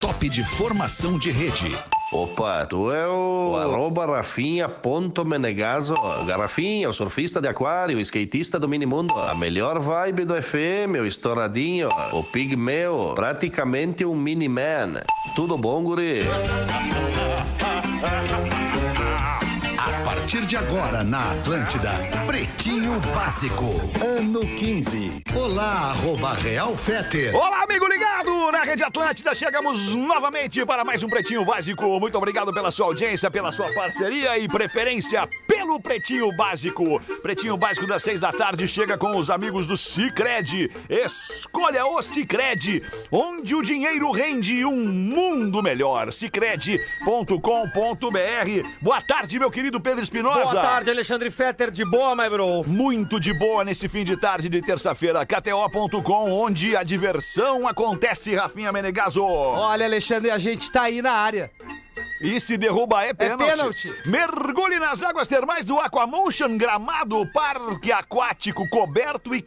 top de formação de rede. Opa, tu é o, o arroba Rafinha ponto Menegazo. Garrafinha, o surfista de aquário, o skatista do minimundo. A melhor vibe do FM, o estouradinho, o pigmeu, praticamente um mini-man. Tudo bom, guri? A partir de agora na Atlântida, Pretinho Básico, ano 15. Olá, arroba Real Feter. Olá, amigo ligado na Rede Atlântida. Chegamos novamente para mais um Pretinho Básico. Muito obrigado pela sua audiência, pela sua parceria e preferência pelo Pretinho Básico. Pretinho Básico das seis da tarde chega com os amigos do Cicred. Escolha o Cicred, onde o dinheiro rende um mundo melhor. Cicred.com.br. Boa tarde, meu querido querido Pedro Espinosa. Boa tarde, Alexandre Fetter. De boa, my bro. Muito de boa nesse fim de tarde de terça-feira. KTO.com, onde a diversão acontece, Rafinha Menegaso. Olha, Alexandre, a gente tá aí na área. E se derruba é pênalti. É pênalti. Mergulhe nas águas termais do Aquamotion Gramado, parque aquático coberto e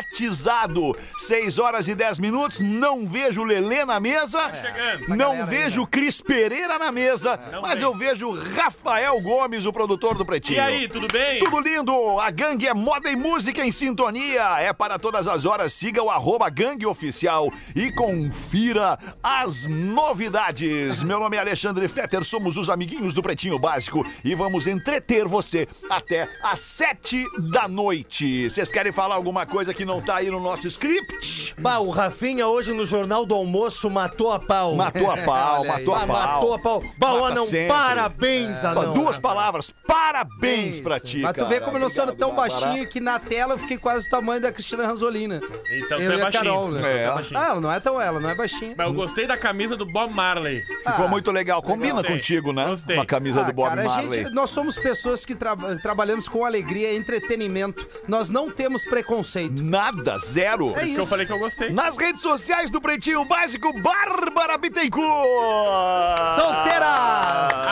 climatizado. 6 horas e 10 minutos, não vejo Lelê na mesa. Tá chegando. Não vejo Cris Pereira na mesa, mas vem. eu vejo Rafael Gomes, o produtor do Pretinho. E aí, tudo bem? Tudo lindo! A gangue é moda e música em sintonia. É para todas as horas. Siga o arroba gangue oficial e confira as novidades. Meu nome é Alexandre Fetter, somos os amiguinhos do Pretinho Básico e vamos entreter você até às sete da noite. Vocês querem falar alguma coisa que não tá aí no nosso script? Bah, o Rafinha hoje no Jornal do Almoço matou a pau. Matou a pau, Olha aí. matou a Ah, pau. Matou a pau. Bah, Mata não, sempre. parabéns, anão. Duas palavras, parabéns pra Isso. ti. Mas tu vê cara. como eu não sou Obrigado, tão Bárbara. baixinho que na tela eu fiquei quase o tamanho da Cristina Ranzolina. Então, tu Eu e é a baixinho. Carol, né? Tu é É. baixinho. Ah, não é tão ela, não é baixinha. Mas eu gostei da camisa do Bob Marley. Ficou Ah, muito legal. Combina Gostei. contigo, né? Gostei. Uma camisa Ah, do Bob cara, a Marley. gente- nós somos pessoas que tra- trabalhamos com alegria, entretenimento. Nós não temos preconceito. Nada, zero. É Por isso que eu isso. falei que eu gostei. Nas redes sociais do Pretinho Básico, Bárbara Bittencourt. Ah, Solteira!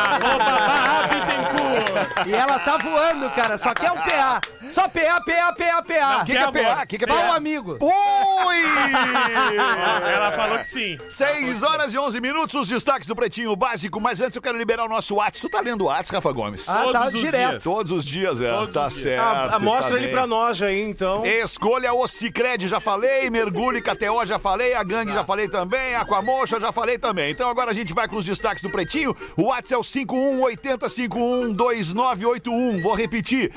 Arroba Barra Bittencourt. E ela tá voando, cara. Só é quer o PA. Só PA, PA, PA, O PA. que, que é Quer PA? amor? Que que é Pau PA? amigo. Oi! Ó, Ela falou que sim. 6 horas e 11 minutos, os destaques do Pretinho Básico. Mas antes eu quero liberar o nosso WhatsApp. Tu tá lendo o WhatsApp, Rafa Gomes? Ah, tá Todos os direto. Todos os dias, é. Todos tá os dias. certo. Ah, ah, mostra tá ele bem. pra nós aí, então. Escolha o Cicred, já falei, Mergulhe, KTO, já falei, a Gangue, já falei também, Aquamocha, já falei também. Então agora a gente vai com os destaques do Pretinho. O WhatsApp é o 5180512981. Vou repetir,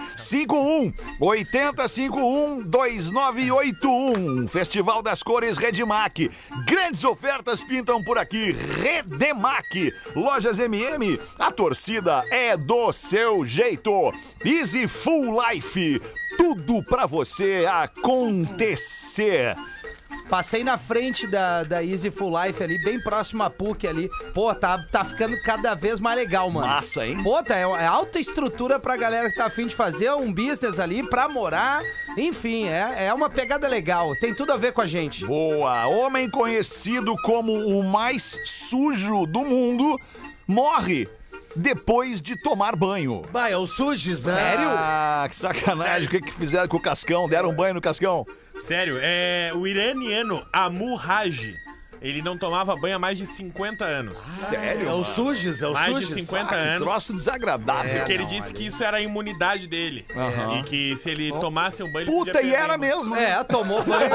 5180512981. Festival das Cores Redemac. Grandes ofertas pintam por aqui. Redemac. Lojas MM, a torcida é do seu jeito. Easy Full Life tudo pra você acontecer. Passei na frente da, da Easy Full Life ali, bem próximo à PUC ali. Pô, tá, tá ficando cada vez mais legal, mano. Massa, hein? Pô, tá, é, é alta estrutura pra galera que tá afim de fazer um business ali, pra morar. Enfim, é, é uma pegada legal. Tem tudo a ver com a gente. Boa! Homem conhecido como o mais sujo do mundo morre depois de tomar banho. Bah, é o Sujis, né? Ah, que sacanagem. O que, que fizeram com o Cascão? Deram um banho no Cascão? Sério, é o iraniano Amu Haji. Ele não tomava banho há mais de 50 anos. Sério? É o Sujis, é o mais de Sujis. 50 Ah, que anos. troço desagradável. Porque ele não, disse olha que isso era a imunidade dele. Aham. E que se ele tomasse um banho... ele Puta, podia e perder era a imunidade. mesmo. né? É, tomou banho.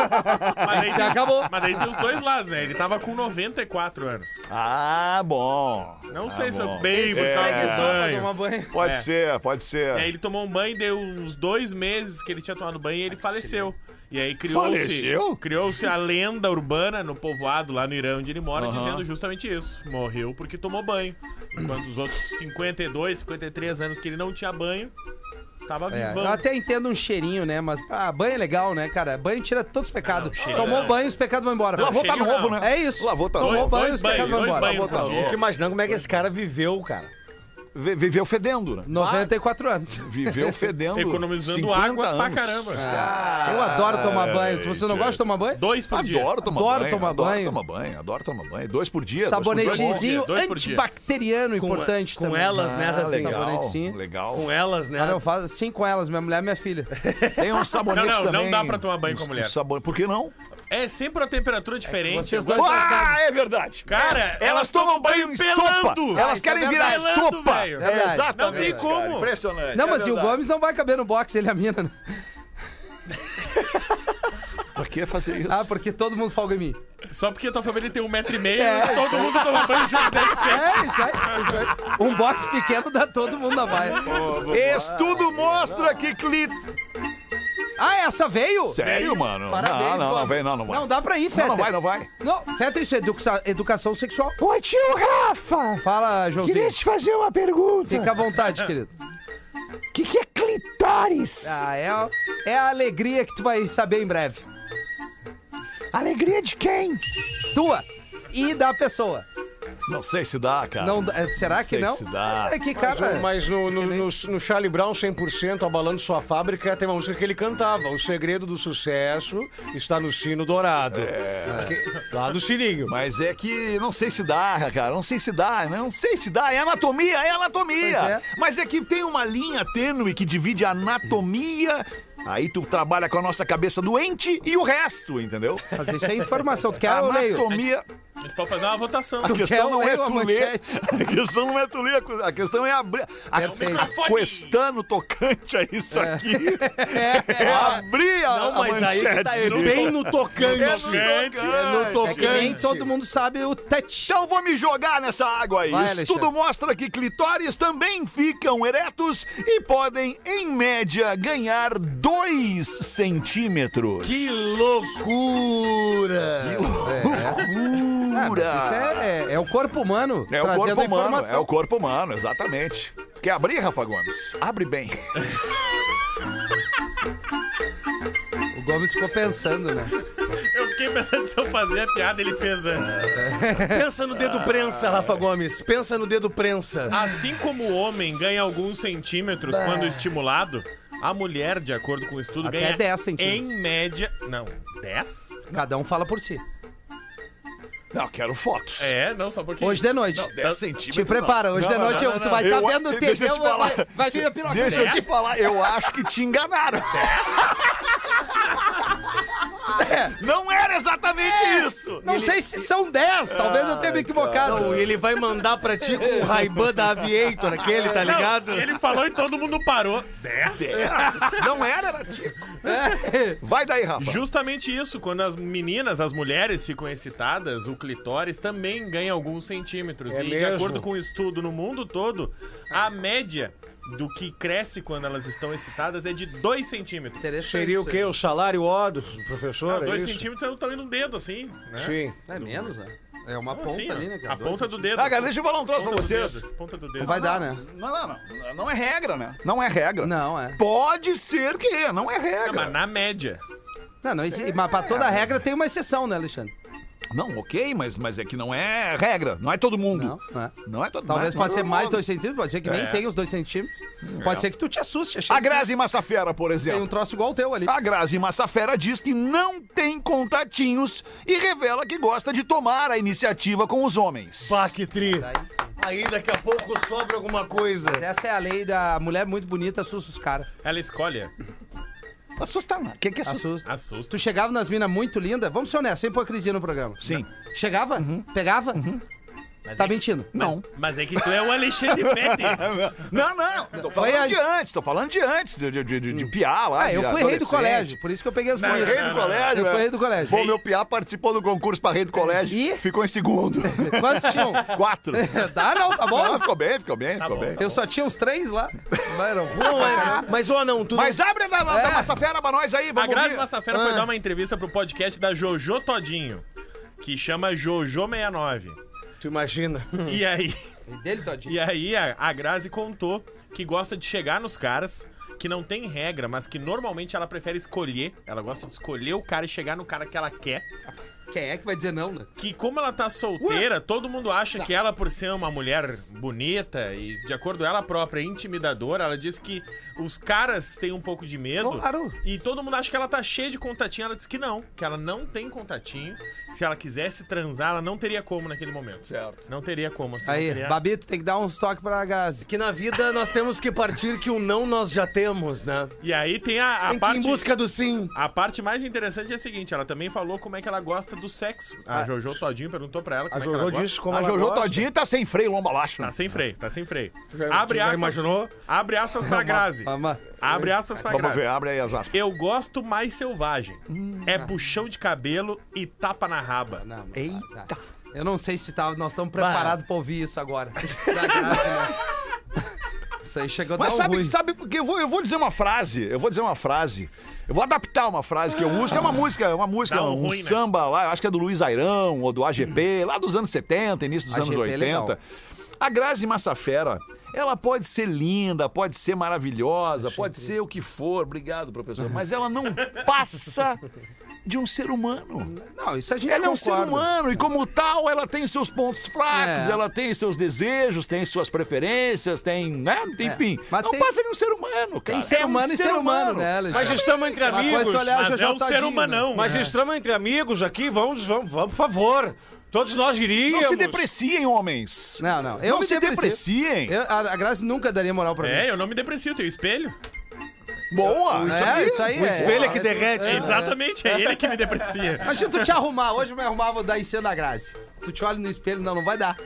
Mas daí Se tem- acabou. Mas daí tem os dois lados, né? Ele tava com 94 anos. Ah, bom. Não Ah, sei se bom. eu bem Esse buscar é. um banho. banho. Pode É. ser, pode ser. E aí ele tomou um banho, deu uns dois meses que ele tinha tomado banho e ele faleceu. E aí Faleceu? criou-se criou-se a lenda urbana no povoado lá no Irã onde ele mora, Aham. dizendo justamente isso. Morreu porque tomou banho. Enquanto os outros 52, 53 anos que ele não tinha banho, tava É, vivão. eu até entendo um cheirinho, né? Mas ah, banho é legal, né, cara? Banho tira todos os pecados. Não, cheiro Tomou não. banho, os pecados vão embora. Lavou tá cheirinho novo, não. né? É isso. Lavou tá Tomou novo. banho, dois os pecados banhos, vão dois embora. banhos Lavou, por tá Fico dia. imaginando como é que esse cara viveu, cara. Vi- Viveu fedendo, né? 94 anos. Viveu fedendo. Economizando 50 água pra anos. caramba. Eu adoro tomar banho. Você não gosta de tomar banho? Dois por dia. Adoro tomar Adoro banho. tomar adoro banho. tomar banho. Adoro tomar banho. Dois por dia. dois por dia é bom. Sabonetezinho dois por dia. antibacteriano importante com também. elas, né, Ah, Rafinha? legal. Sabonetezinho. Legal. Com elas, né? Ah, não, faz assim com elas, minha mulher e minha filha. Tem um sabonete Não, não, não também. dá pra tomar banho com a mulher. sabone- Por que não? É sempre uma temperatura diferente. vocês Eu dois- gosto- Ah, é verdade. Cara, Elas tomam banho em sopa. pelando. Elas isso querem é virar verdade. sopa. Pelando, velho. Verdade. Exatamente. Não tem como. cara. Impressionante. Não, é mas e o verdade. Gomes não vai caber no box, ele e a mina. né? Pra que fazer isso? Ah, porque todo mundo folga em mim. Só porque tua família tem um metro e meio, É. todo mundo toma banho junto. Deve ser. É, isso aí. Isso aí. Um box pequeno dá todo mundo na baia. Estudo mostra que clit... Ah, essa veio? Sério, mano? Parabéns, não, não, não Gomes. vem, não, não vai. Não, dá pra ir, Fetter. Não, não vai, não vai. Não, Fetter, isso é educa- educação sexual. Ô tio Rafa, Fala, queria Joãozinho. te fazer uma pergunta. Fica à vontade, querido. O que, que é clitóris? Ah, é, a- é a alegria que tu vai saber em breve. Alegria de quem? Tua e da pessoa. Não sei se dá, cara. Não, dá- é, será que Ah, sei não? se dá. Mas É que, cara. Mas no, no, no, no Charlie Brown 100%, abalando sua fábrica, tem uma música que ele cantava. O segredo do sucesso está no sino dourado. É. Que- Lá do sininho. Mas é que não sei se dá, cara. Não sei se dá, né? não sei se dá. É anatomia, é anatomia. Pois é. Mas é que tem uma linha tênue que divide a anatomia. Aí tu trabalha com a nossa cabeça doente e o resto, entendeu? Mas isso é informação. Tu quer Tá eu leio? Anatomia. A gente pode fazer uma votação. A questão eu não é leio a tu ler. manchete? A questão não é tu ler. a coisa- A questão é abrir. A Perfeito. a questão no tocante a isso aqui. É, abrir a, Não, a mas aí que manchete. tá Bem no tocante. É no tocante. É no É que nem tocante. todo mundo sabe o touch. Então vou me jogar nessa água aí. Vai, Estudo Alexandre. mostra que clitóris também ficam eretos e podem, em média, ganhar 2 centímetros. Que loucura! Ah, mas isso é, é- é o corpo humano É o trazendo corpo a humano, informação. é o corpo humano, exatamente. Quer abrir, Rafa Gomes? Abre bem. O Gomes ficou pensando, né? Eu fiquei pensando se eu fazia a piada, ele fez antes. Pensa no dedo prensa, Rafa Gomes. Pensa no dedo prensa. Assim como o homem ganha alguns centímetros quando estimulado, a mulher, de acordo com o estudo, Até ganha 10 centímetros. em média. Não, 10? Cada um fala por si. Não, quero fotos. É, não, só um pouquinho. Hoje de noite. Tá- 10 Te centímetros. prepara, hoje Não, de não, noite não, eu- tu não. vai estar Eu- vendo o deixa eu te TV, vai- falar. vai- vai vir a piroca. não. Deixa eu te Dez? falar, eu acho que te enganaram. É. É, Não era exatamente isso. Não sei se são 10, talvez eu tenha me equivocado. Não, e ele vai mandar pra ti com o Ray-Ban da Aviator, aquele, tá Não, ligado? ele falou e todo mundo parou. 10? Não era, era Tico. Vai daí, Rafa. Justamente isso, quando as meninas, as mulheres ficam excitadas, o clitóris também ganha alguns centímetros. É e de mesmo? acordo com o estudo no mundo todo, a média do que cresce quando elas estão excitadas é de 2 centímetros. Interessante Seria o isso quê? O salário ó do Ah, professor? é dois isso? centímetros é o tamanho de um dedo, assim, né? Sim. aí. É menos, né? É uma Não, ponta assim, ali, ó. né? cara? A Dois ponta do dedo. Ah, cara, deixa eu falar um troço pra Ponta do vocês. dedo, Ponta do dedo. Não vai dar, né? Não, não, não. Não é regra, né? Não é regra. Não, é. Pode ser que, é, não é Não, mas regra. na média. Não, não, isso- mas pra toda regra tem uma exceção, né, Alexandre? Não, ok, mas, mas é que não é regra. Não é todo mundo. Não, Não, não é. é todo Talvez não é pode ser todo mais mundo. 2 centímetros, pode ser que nem É. tenha os 2 centímetros. Pode ser que tu te assuste, achei A Grazi Massafera, por que tem exemplo. um troço igual o teu ali. A Grazi Massafera diz que não tem contatinhos e revela que gosta de tomar a iniciativa com os homens. Ah, Paquetri. Aí daqui a pouco sobra alguma coisa. Essa é a lei da mulher muito bonita, assusta os caras. Ela escolhe. Assusta, mano. O que, é que assusta? Assusta. Assusta. Tu chegava nas minas muito lindas, vamos ser honestos, sem hipocrisia no programa. Sim. Chegava, pegava, Mas tá é que- mentindo. Não. Mas é que tu é o Alexandre É Fetter. Não, não. Tô Foi falando de antes. antes, tô falando de antes, de, de, de, de, de piá lá. Ah, eu de fui rei do adolescente. colégio, por isso que eu peguei as Não, Foi mulheres. rei do colégio, Eu né? fui rei do colégio. Pô, meu piá participou do concurso pra rei do colégio. E? Ficou em segundo. Quantos tinham? Quatro. Dá não, tá bom? Ah, ficou bem, ficou bem, ficou bom, bem. Eu só tinha uns três lá. Não era Não é, mas ó, não, tu não Mas abre a da, da É. massa fera pra nós aí, A vamos Grazi ouvir. Massafera foi dar uma entrevista pro podcast da Jojo Todinho, que chama Jojo69. Tu imagina. Hum. E aí, Dele, Todinho. e aí a, a Grazi contou que gosta de chegar nos caras, que não tem regra, mas que normalmente ela prefere escolher. Ela gosta de escolher o cara e chegar no cara que ela quer. Quem é que vai dizer não, né? que como ela tá solteira, todo mundo acha que ela, por ser uma mulher bonita e, de acordo com ela própria, intimidadora, ela diz que os caras têm um pouco de medo. Claro. E todo mundo acha que ela tá cheia de contatinho. Ela diz que não, que ela não tem contatinho. que Se ela quisesse transar, ela não teria como naquele momento. Certo. Não teria como. Assim, não Aí, teria- Babito, tem que dar uns toques pra Gazi. Que na vida nós temos que partir que o não nós já temos, né? E aí tem a, a Tem que ir parte... em busca do sim. A parte mais interessante é a seguinte, ela também falou como é que ela gosta do sexo. A Jojo Todinho perguntou pra ela como é Ah. A que ela Jojo gosta. disse como A ela Jojo gosta. Todinho tá sem freio, lomba laxa. Tá sem freio, tá sem freio. já- Abre já aspas. imaginou? Abre aspas pra Grazi. Ama- Abre aspas pra Vamos ver, Grazi. abre aí as Tá aspas. Eu gosto mais selvagem. É puxão de cabelo e tapa na raba. Hum, Não, mas tá, tá. Eu não sei se tá, nós estamos preparados pra ouvir isso agora. Da Grazi, né? Isso aí chegou a dar Mas um sabe, ruim. sabe porque eu vou, eu vou dizer uma frase, eu vou dizer uma frase. Eu vou adaptar uma frase que eu uso, Ah. que é uma música, é uma música, Dá um um, ruim, né? samba lá, eu acho que é do Luiz Airão ou do AGP, lá dos anos 70, início dos AGP anos é 80. legal. A Grazi Massafera, ela pode ser linda, pode ser maravilhosa, pode ser o que for, obrigado, professor, mas ela não passa de um ser humano. Não, isso a gente Ela é um ser concorda. humano e, como tal, ela tem seus pontos fracos, É. ela tem seus desejos, tem suas preferências, tem. Né? Enfim. É. mas não tem- passa de um ser humano, cara. Tem ser É um humano e ser humano, né, Alexandre? Mas estamos entre Uma coisa amigos. é tu olhar a Mas Jojo é um ser Todinho, humanão. Mas né? estamos entre amigos aqui, vamos, vamos, vamos, por favor. Todos nós Não iríamos. se depreciem, homens. Não, não. Eu não me se deprecio. depreciem. Eu- a, a Grazi nunca daria moral pra mim. É, eu não me deprecio, teu espelho. Boa! Isso é, isso aí O é. espelho é que derrete. É, é. Exatamente, é ele que me deprecia. Imagina tu te arrumar. Hoje eu me arrumar, vou dar em cima da Grazi. Tu te olha no espelho, não, não vai dar.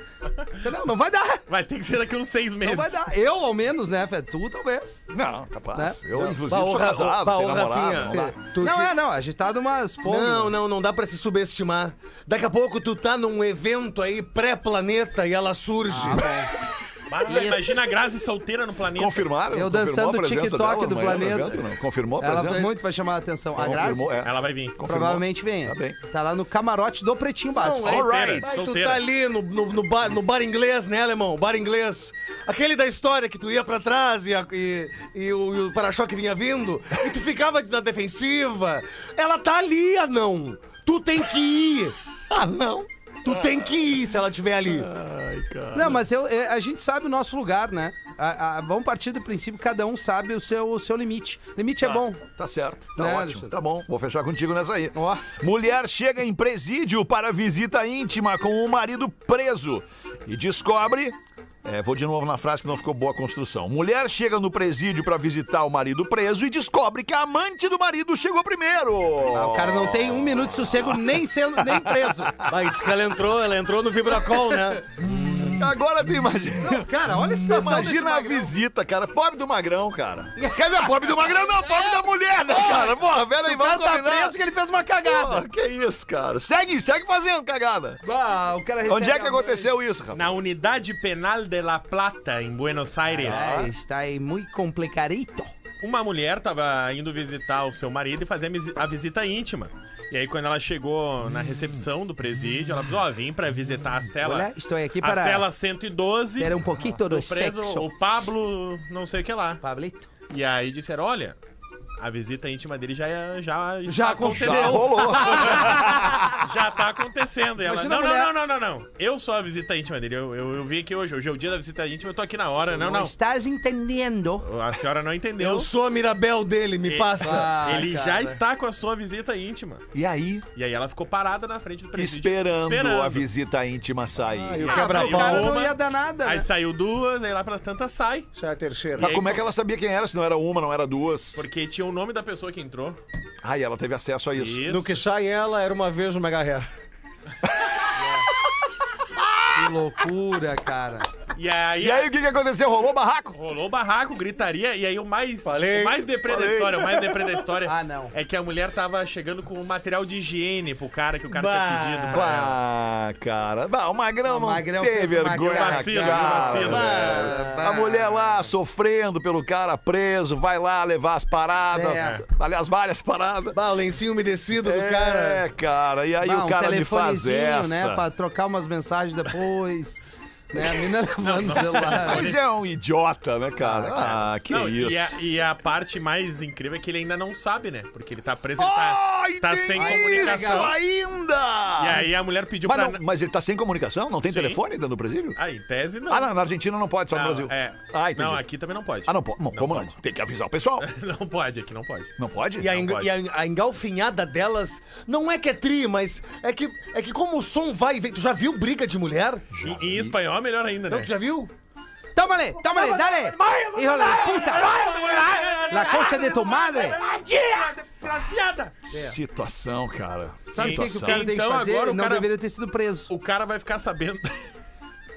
Não, não vai dar. Vai ter que ser daqui uns seis meses. Não vai dar. Eu, ao menos, né, Fé? Tu, talvez. Não, capaz. Né? Eu, Não. inclusive, Bah, sou ô, Ra- casado, tenho ô, bah, ô, namorado. Rafinha. não dá. Tu não, te- é, não. A gente tá numas pombo. Não, não, não dá pra se subestimar. Daqui a pouco tu tá num evento aí pré-planeta e ela surge. Ah, Bah, imagina a Grazi solteira no planeta. Confirmaram? Eu Confirmou a dançando o presença TikTok dela do amanhã no planeta. evento, não? Confirmou a Ela presença? muito vai chamar a atenção. A Grazi? Confirmou, é. Ela vai vir. Confirmou. Provavelmente vem. Tá bem. Tá lá no camarote do Pretinho Básico. Não, Solteira, Mas tu solteira. tá ali no, no, no bar, no bar inglês, né, alemão? Bar inglês. Aquele da história que tu ia pra trás e, a- e- e o, e o para-choque vinha vindo e tu ficava na defensiva. Ela tá ali, anão. Tu tem que ir. Ah, não. Tu tem que ir se ela estiver ali. Não, mas eu, eu- a gente sabe o nosso lugar, né? A- a- vamos partir do princípio que cada um sabe o seu, o seu limite. Limite é bom. Tá certo, tá Né, ótimo. Alexandre? Tá bom, vou fechar contigo nessa aí. Ó. Mulher chega em presídio para visita íntima com o marido preso e descobre. É, vou de novo na frase que não ficou boa a construção. Mulher chega no presídio para visitar o marido preso e descobre que a amante do marido chegou primeiro. Ah, O cara não tem um minuto de sossego nem sendo nem preso. Aí diz que ela entrou, ela entrou no Vibracol, né? Agora tu imagina. Cara, olha a situação desse Imagina a magrão. visita, cara. Pobre do magrão, cara. Quer dizer, pobre do magrão não, pobre da mulher, né, cara? Porra, velho, aí, O cara vamos tá combinar. preso que ele fez uma cagada. Porra, que isso, cara. Segue, segue fazendo cagada. Ah, o cara Onde recebe é que a mãe. aconteceu isso, rapaz? Na unidade penal de La Plata, em Buenos Aires. Ah, está aí muito complicadito. uma mulher estava indo visitar o seu marido e fazer a misi- a visita íntima. E aí, quando ela chegou Hum. na recepção do presídio, ela disse: Ó, vim pra visitar a cela. Olha, estou aqui A para- cela 112. Era um pouquinho do o preso, sexo. o Pablo, não sei o que lá. Pablito. E aí disseram: Olha, a visita íntima dele já é, Já, Já Já rolou. já tá acontecendo. E ela, Imagina a não, mulher- não, não, não, não, não. Eu sou a visita íntima dele. Eu, eu, eu vim aqui hoje. Hoje é o dia da visita íntima, eu tô aqui na hora. Não, não. Estás entendendo? A senhora não entendeu. Eu sou a Mirabel dele, me passa. Ah, Ele cara. já está com a sua visita íntima. E aí, E aí ela ficou parada na frente do presídio. esperando, a visita íntima sair. Ah, mas o Quebra-pau. cara não Uma. ia dar nada, Aí né? saiu duas, aí lá pelas tantas sai. Isso é a terceira. E Mas aí, como é que ela sabia quem era, se não era uma, não era duas? Porque tinha o nome da pessoa que entrou. Ai, ela teve acesso a isso. Isso. No que sai ela, era uma vez o Mega Hair. Que loucura, cara. E aí, E aí, o que, que aconteceu? Rolou barraco? rolou barraco, gritaria. E aí o mais, Falei. o mais deprê da Falei. história, o mais deprê da história Ah, não. é que a mulher tava chegando com o material de higiene pro cara que o cara Bah. tinha pedido pra ela. Ah, cara. Bah, o Magrão O não Magrão tem fez o vergonha. Magrão. na Vacilo, cara, vacilo. velho. Bah. A mulher lá sofrendo pelo cara preso, vai lá levar as paradas. É. Aliás, várias paradas. Bah, o lencinho umedecido do É, cara. cara. E aí Bah, o cara me faz um telefonezinho, essa. né? Pra trocar umas mensagens depois. né? A menina levando o celular. Mas é um idiota, né, cara? Ah, que Não, isso. E, a, e a parte mais incrível é que ele ainda não sabe, né? Porque ele tá preso, ele tá, Ai, Tá tem sem isso comunicação. ainda! E aí a mulher pediu mas, pra. não- mas ele tá sem comunicação? Não tem Sim. telefone dentro do presídio? Ah, em tese não. Ah, não, na Argentina não pode, só Não, no Brasil. É. Ah, entendi. não, aqui também não pode. Ah, não pode. Não, como pode. não? Tem que avisar o pessoal. Não pode, aqui não pode. Não pode? E, a, Não enga- pode. e a- a engalfinhada delas não é que é tri, mas é que, é que como o som vai e vem. Tu já viu briga de mulher? E, e em espanhol é melhor ainda, né? Não, tu já viu? Toma ali, toma ali, dale. Enrola ali, puta. La concha de tu madre. Situação, cara. Sabe o que, que o Situação. cara tem que Então, fazer? agora o não cara- deveria ter sido preso. O cara vai ficar sabendo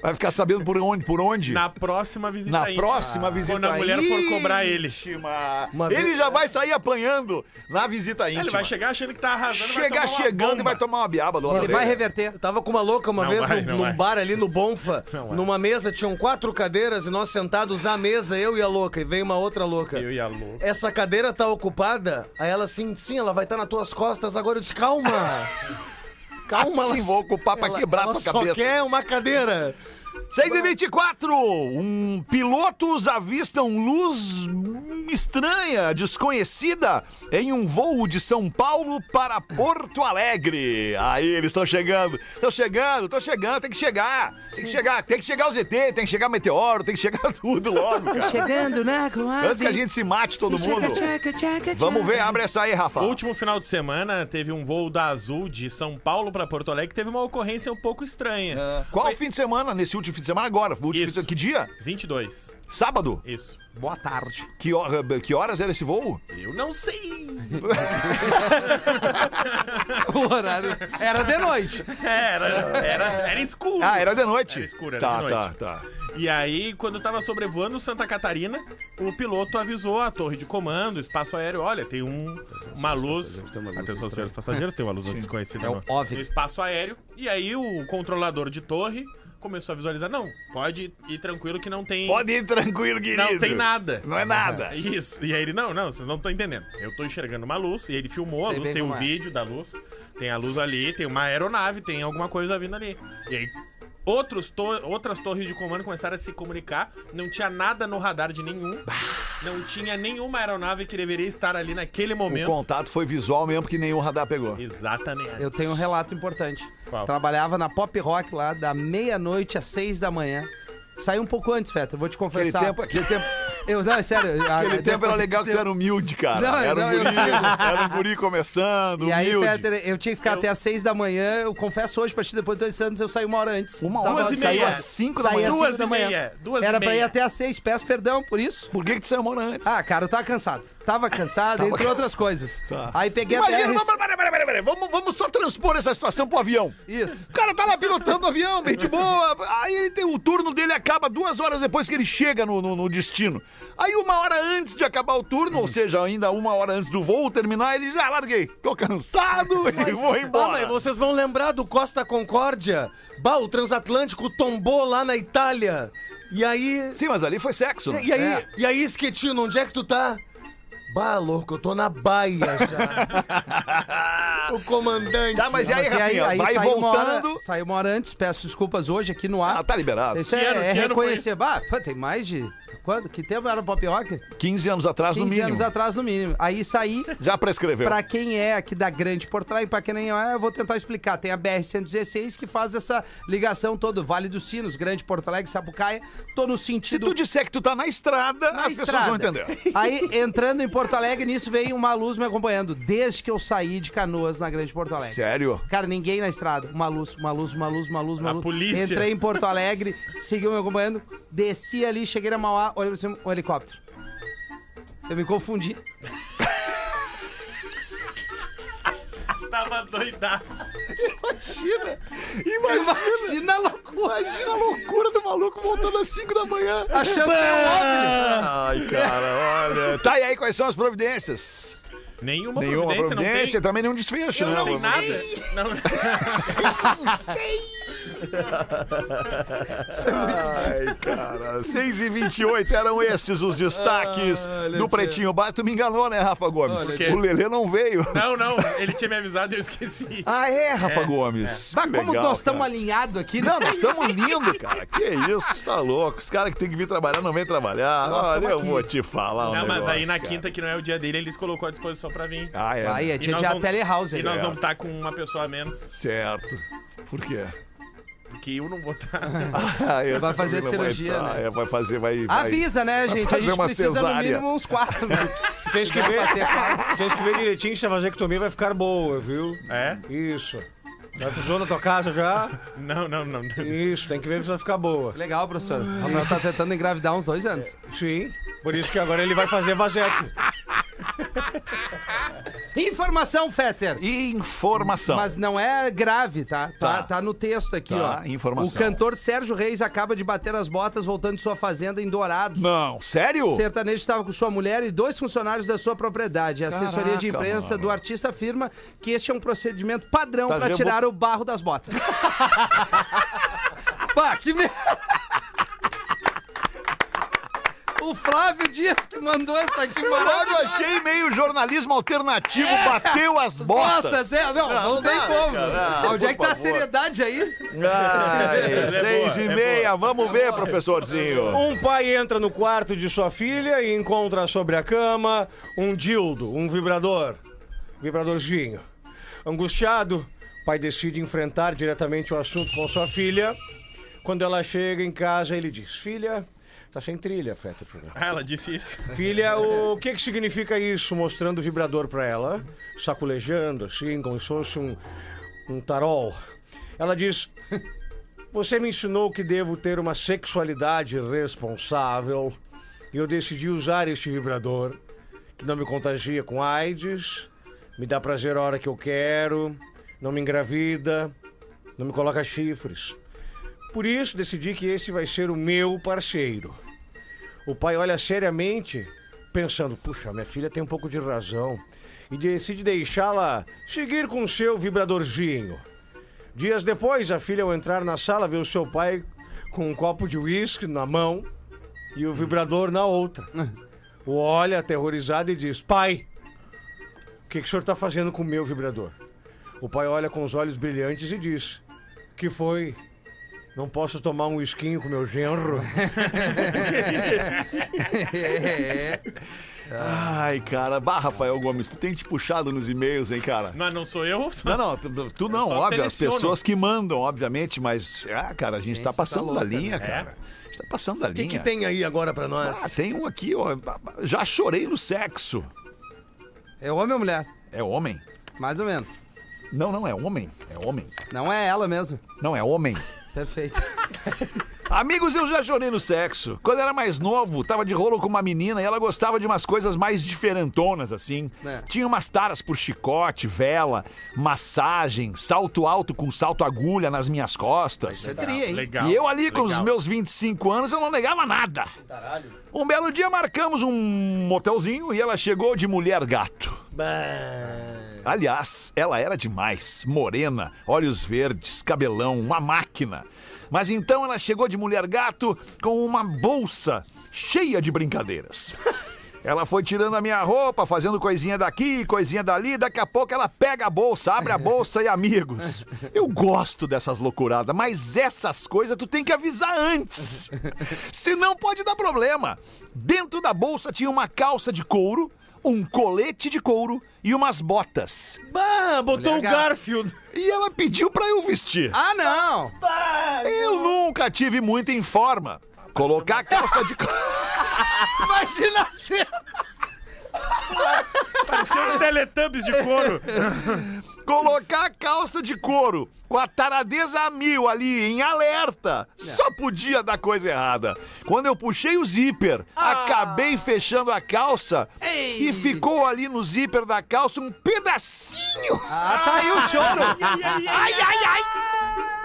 Vai ficar sabendo por onde? Por onde? na próxima visita Na íntima. próxima visita Quando a mulher for cobrar ele. íntima. Uma Ele vez- já vai sair apanhando na visita íntima. Ele vai chegar achando que tá arrasando, Chegar vai tomar uma chegando e bomba. vai tomar uma biaba do lado Ele dele. vai reverter. Eu tava com uma louca uma Não vez vai, num- não num vai. bar ali no Bonfa. numa mesa tinham quatro cadeiras e nós sentados à mesa, eu e a louca. E veio uma outra louca. Eu e a louca. Essa cadeira tá ocupada? Aí ela assim, sim, ela vai estar nas tuas costas agora. Eu disse, calma! Calma, Assim vou ocupar pra quebrar ela tua só cabeça. quer uma cadeira. 6 e 24 um, Pilotos avistam luz hum, estranha, desconhecida, em um voo de São Paulo para Porto Alegre. Aí eles estão chegando, estão chegando, estão chegando, tem que chegar, tem que chegar, tem que chegar o ZT, tem que chegar meteoro, tem que chegar tudo logo, cara. Chegando na Antes que a gente se mate todo mundo. Vamos ver, abre essa aí, Rafa. No último final de semana teve um voo da Azul de São Paulo pra Porto Alegre que teve uma ocorrência um pouco estranha. Qual fim de semana? Nesse último fim de semana agora? Último fim de Isso. semana- Ah. Que dia? 22. Sábado? Isso. Boa tarde. Que, hora- que horas era esse voo? Eu não sei. O horário era de noite. Era, era, era escuro. Ah, era de noite. Era escuro, era tá, né, de noite. Tá, tá, E aí, quando tava sobrevoando Santa Catarina, o piloto avisou a torre de comando, espaço aéreo, olha, tem um, uma luz... Atenção, senhores passageiros, tem uma luz desconhecida É o no, óbvio. no espaço aéreo. E aí, o controlador de torre começou a visualizar, não, pode ir tranquilo que não tem... Pode ir tranquilo, querido. Não tem nada. Não é nada. Isso. E aí ele, não, não, vocês não estão entendendo. Eu tô enxergando uma luz, e ele filmou Sei a luz, bem tem um como é. vídeo da luz, tem a luz ali, tem uma aeronave, tem alguma coisa vindo ali. E aí. Outros to- outras torres de comando começaram a se comunicar, não tinha nada no radar de nenhum, não tinha nenhuma aeronave que deveria estar ali naquele O momento. contato foi visual mesmo que nenhum radar pegou. Exatamente. Eu tenho um relato importante. Qual? Trabalhava na Pop Rock lá da meia-noite às seis da manhã. Saí um pouco antes, Feta, vou te Aquele confessar. tempo, aquele tempo, Eu, não, é sério. aquele tempo era legal que tu era humilde, cara. Não, era, não, um eu guri, digo. era um guri começando, E aí, humilde. Fetter, eu tinha que ficar Eu- até às seis da manhã. Eu confesso hoje pra ti, depois de dois anos, eu saí uma hora antes. Uma Tava- hora, e saiu meia. às 5 da Saí manhã. às Duas cinco da e manhã. meia, duas Era e pra ir meia. até às seis. Peço perdão por isso. Por que que tu saiu morando antes? Ah, cara, eu tava cansado. Tava cansado, entre outras coisas. Aí peguei Tá. Imagina, a BR... não, pera, pera, pera, pera, pera. Vamos, vamos só transpor essa situação pro avião. Isso. O cara tá lá pilotando o avião, bem de boa. Aí ele tem o turno dele acaba duas horas depois que ele chega no, no- no destino. Aí uma hora antes de acabar o turno, ou seja, ainda uma hora antes do voo terminar, ele já ah, larguei. Tô cansado e vou Ah, embora. mas vocês vão lembrar do Costa Concórdia? Bah, o transatlântico tombou lá na Itália. E aí. Sim, mas ali foi sexo. né? E aí, e aí, Esquetino, onde é que tu tá? Bah, louco, eu tô na baia já. o comandante. Tá, mas e aí, Mas e Rafinha? vai saiu uma hora- voltando. Saiu uma hora antes, peço desculpas hoje aqui no ar. Ah, tá liberado. Isso Que é, ano- é que ano foi reconhecer. isso? Bah, pô, tem mais de. Quando? Que tempo era o pop rock? 15 anos atrás, 15 no mínimo. anos atrás, no mínimo. Aí saí. Já prescreveu. Pra quem é aqui da Grande Porto Alegre, pra quem não é, eu vou tentar explicar. Tem a BR-116 que faz essa ligação toda, Vale dos Sinos, Grande Porto Alegre, Sapucaia. Tô no Se sentido tu disser que tu tá na estrada, na as pessoas vão estrada. entender. Aí, entrando em Porto Alegre, nisso veio uma luz me acompanhando, desde que eu saí de Canoas, na Grande Porto Alegre. Sério? Cara, ninguém na estrada. Uma luz, uma luz, uma luz, uma luz, uma A luz. polícia. Entrei em Porto Alegre, seguiu me acompanhando, desci ali, cheguei na Mauá, olhei pra cima, um helicóptero. Eu me confundi. Tava doidaço. Imagina! Imagina! Imagina a loucura. Imagina a loucura do maluco voltando às 5 da manhã. Achando que era um óbvio. Ai, cara, olha. Tá, e aí, quais são as providências? Nenhuma, Nenhuma providência, providência, não também nenhum desfecho, tem. né? Não tem nada. Não, Ai, cara. 6 e 28 eram estes os destaques Ah, do Pretinho Básico. Tu me enganou, né, Rafa Gomes? Olha, o Lelê não veio. não, não, ele tinha me avisado e eu esqueci. Ah, é, Rafa Gomes. é. Mas como Legal, nós cara. estamos alinhados aqui, né? Não, nós estamos lindo, cara. Que isso, tá louco. Os caras que tem que vir trabalhar não vêm trabalhar. Olha, eu vou te falar um Não, mas negócio, aí na cara. quinta, que não é o dia dele, eles colocou à disposição só pra vir. Ah, é. Aí é E dia nós de a vamos- telehouse. E né? nós vamos estar com uma pessoa a menos, Certo. Por quê? porque eu não vou tá- estar. Ah, eu- Vai fazer cirurgia, tá, né? é, vai fazer, vai... vai- Avisa, né, gente? A fazer gente uma precisa no cesárea. mínimo uns quatro, né? é. Tem que ver, tem que ver direitinho se a vasectomia vai ficar boa, viu? É? Isso. Vai pro zona da tua casa já? Não, não, não. não. Isso, tem que ver se vai ficar boa. Legal, professor. O Rafael tá tentando engravidar há uns dois anos. Sim. Por isso que agora ele vai fazer vasectomia. Informação, Fetter. Informação. Mas não é grave, tá? Tá, Então. Tá. tá no texto aqui, Tá, ó. informação. O cantor Sérgio Reis acaba de bater as botas voltando de sua fazenda em Dourados. Não, sério? O sertanejo estava com sua mulher e dois funcionários da sua propriedade. A assessoria de Caraca, imprensa mano. do artista afirma que este é um procedimento padrão Tá, para eu tirar o barro das botas. Pá, que merda! O Flávio Dias que mandou essa aqui Caralho, eu maravilhosa. achei meio jornalismo alternativo, bateu as É. botas. é, não, não, tem dá, como. cara, Onde por é que tá favor. a seriedade aí? Ai, É seis boa, e é meia, vamos ver, professorzinho. Um pai entra no quarto de sua filha e encontra sobre a cama um dildo, um vibrador. Vibradorzinho. Angustiado, o pai decide enfrentar diretamente o assunto com sua filha. Quando ela chega em casa, ele diz: Filha, tá sem trilha, Feto. Ah, ela disse isso. Filha, o que que significa isso? Mostrando o vibrador pra ela, sacolejando assim, como se fosse um, um tarol. Ela diz: Você me ensinou que devo ter uma sexualidade responsável e eu decidi usar este vibrador, que não me contagia com AIDS, me dá prazer a hora que eu quero, não me engravida, não me coloca chifres. Por isso decidi que esse vai ser o meu parceiro. O pai olha seriamente, pensando: puxa, minha filha tem um pouco de razão, e decide deixá-la seguir com seu vibradorzinho. Dias depois, a filha, ao entrar na sala, vê o seu pai com um copo de uísque na mão e o vibrador na outra. O olha aterrorizado e diz: Pai, o que, que o senhor está fazendo com o meu vibrador? O pai olha com os olhos brilhantes e diz: Que foi? Não posso tomar um esquinho com meu genro? É. É. Ai, cara. Bah, Rafael Gomes, tu tem te puxado nos e-mails, hein, cara? Mas não sou eu. Não, Ah, não, tu, tu não, só óbvio, as seleciono. pessoas que mandam, obviamente, mas, ah, cara, a gente tá tá passando louca, da linha, cara. A gente tá passando da O que, linha. que tem aí agora pra nós? Ah, tem um aqui, ó. Já chorei no sexo. É homem ou mulher? É homem? Mais ou menos. Não, não, é homem. É homem. Não é ela mesmo. Não, é homem. Perfeito. Amigos, eu já chorei no sexo. Quando era mais novo, tava de rolo com uma menina e ela gostava de umas coisas mais diferentonas, assim. É. Tinha umas taras por chicote, vela, massagem, salto alto com salto agulha nas minhas costas. Você teria, hein? Legal. E eu ali com os legal. meus 25 anos, eu não negava nada. Um belo dia marcamos um motelzinho e ela chegou de mulher gato. Aliás, ela era demais, morena, olhos verdes, cabelão, uma máquina. Mas então ela chegou de mulher gato com uma bolsa cheia de brincadeiras. Ela foi tirando a minha roupa, fazendo coisinha daqui, coisinha dali. Daqui a pouco ela pega a bolsa, abre a bolsa e amigos. Eu gosto dessas loucuradas, mas essas coisas tu tem que avisar antes. Senão pode dar problema. Dentro da bolsa tinha uma calça de couro, um colete de couro e umas botas. Bah, botou Mulher o gata. Garfield. E ela pediu pra eu vestir. Ah, não! Eu nunca tive muito em forma. Colocar a calça de couro. Imagina a cena! Pareceu um Teletubbies de couro. Colocar a calça de couro com a taradeza a mil ali em alerta É. só podia dar coisa errada. Quando eu puxei o zíper, acabei fechando a calça Ah. Ei. e ficou ali no zíper da calça um pedacinho. Ah, tá aí o choro! ai, ai, ai!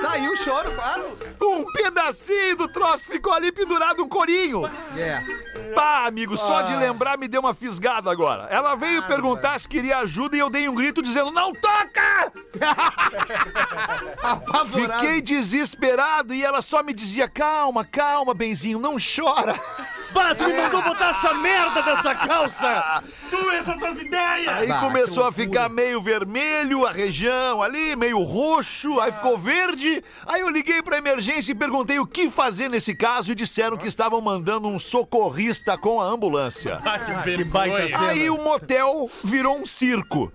Tá aí o choro, claro! Um pedacinho do troço ficou ali pendurado um corinho. É. Pá, amigo, só de lembrar me deu uma fisgada agora. Ela veio perguntar se queria ajuda e eu dei um grito dizendo: Não toca! Apavorado. Fiquei desesperado e ela só me dizia: calma, calma, benzinho, não chora. Bah, tu me mandou botar essa merda dessa calça! Tu, essas tuas ideias! Aí Bah, começou a ficar meio vermelho a região ali, meio roxo, aí ficou verde. Aí eu liguei pra emergência e perguntei o que fazer nesse caso e disseram que estavam mandando um socorrista com a ambulância. Ah, que, vergonha. baita cena. Aí o motel virou um circo.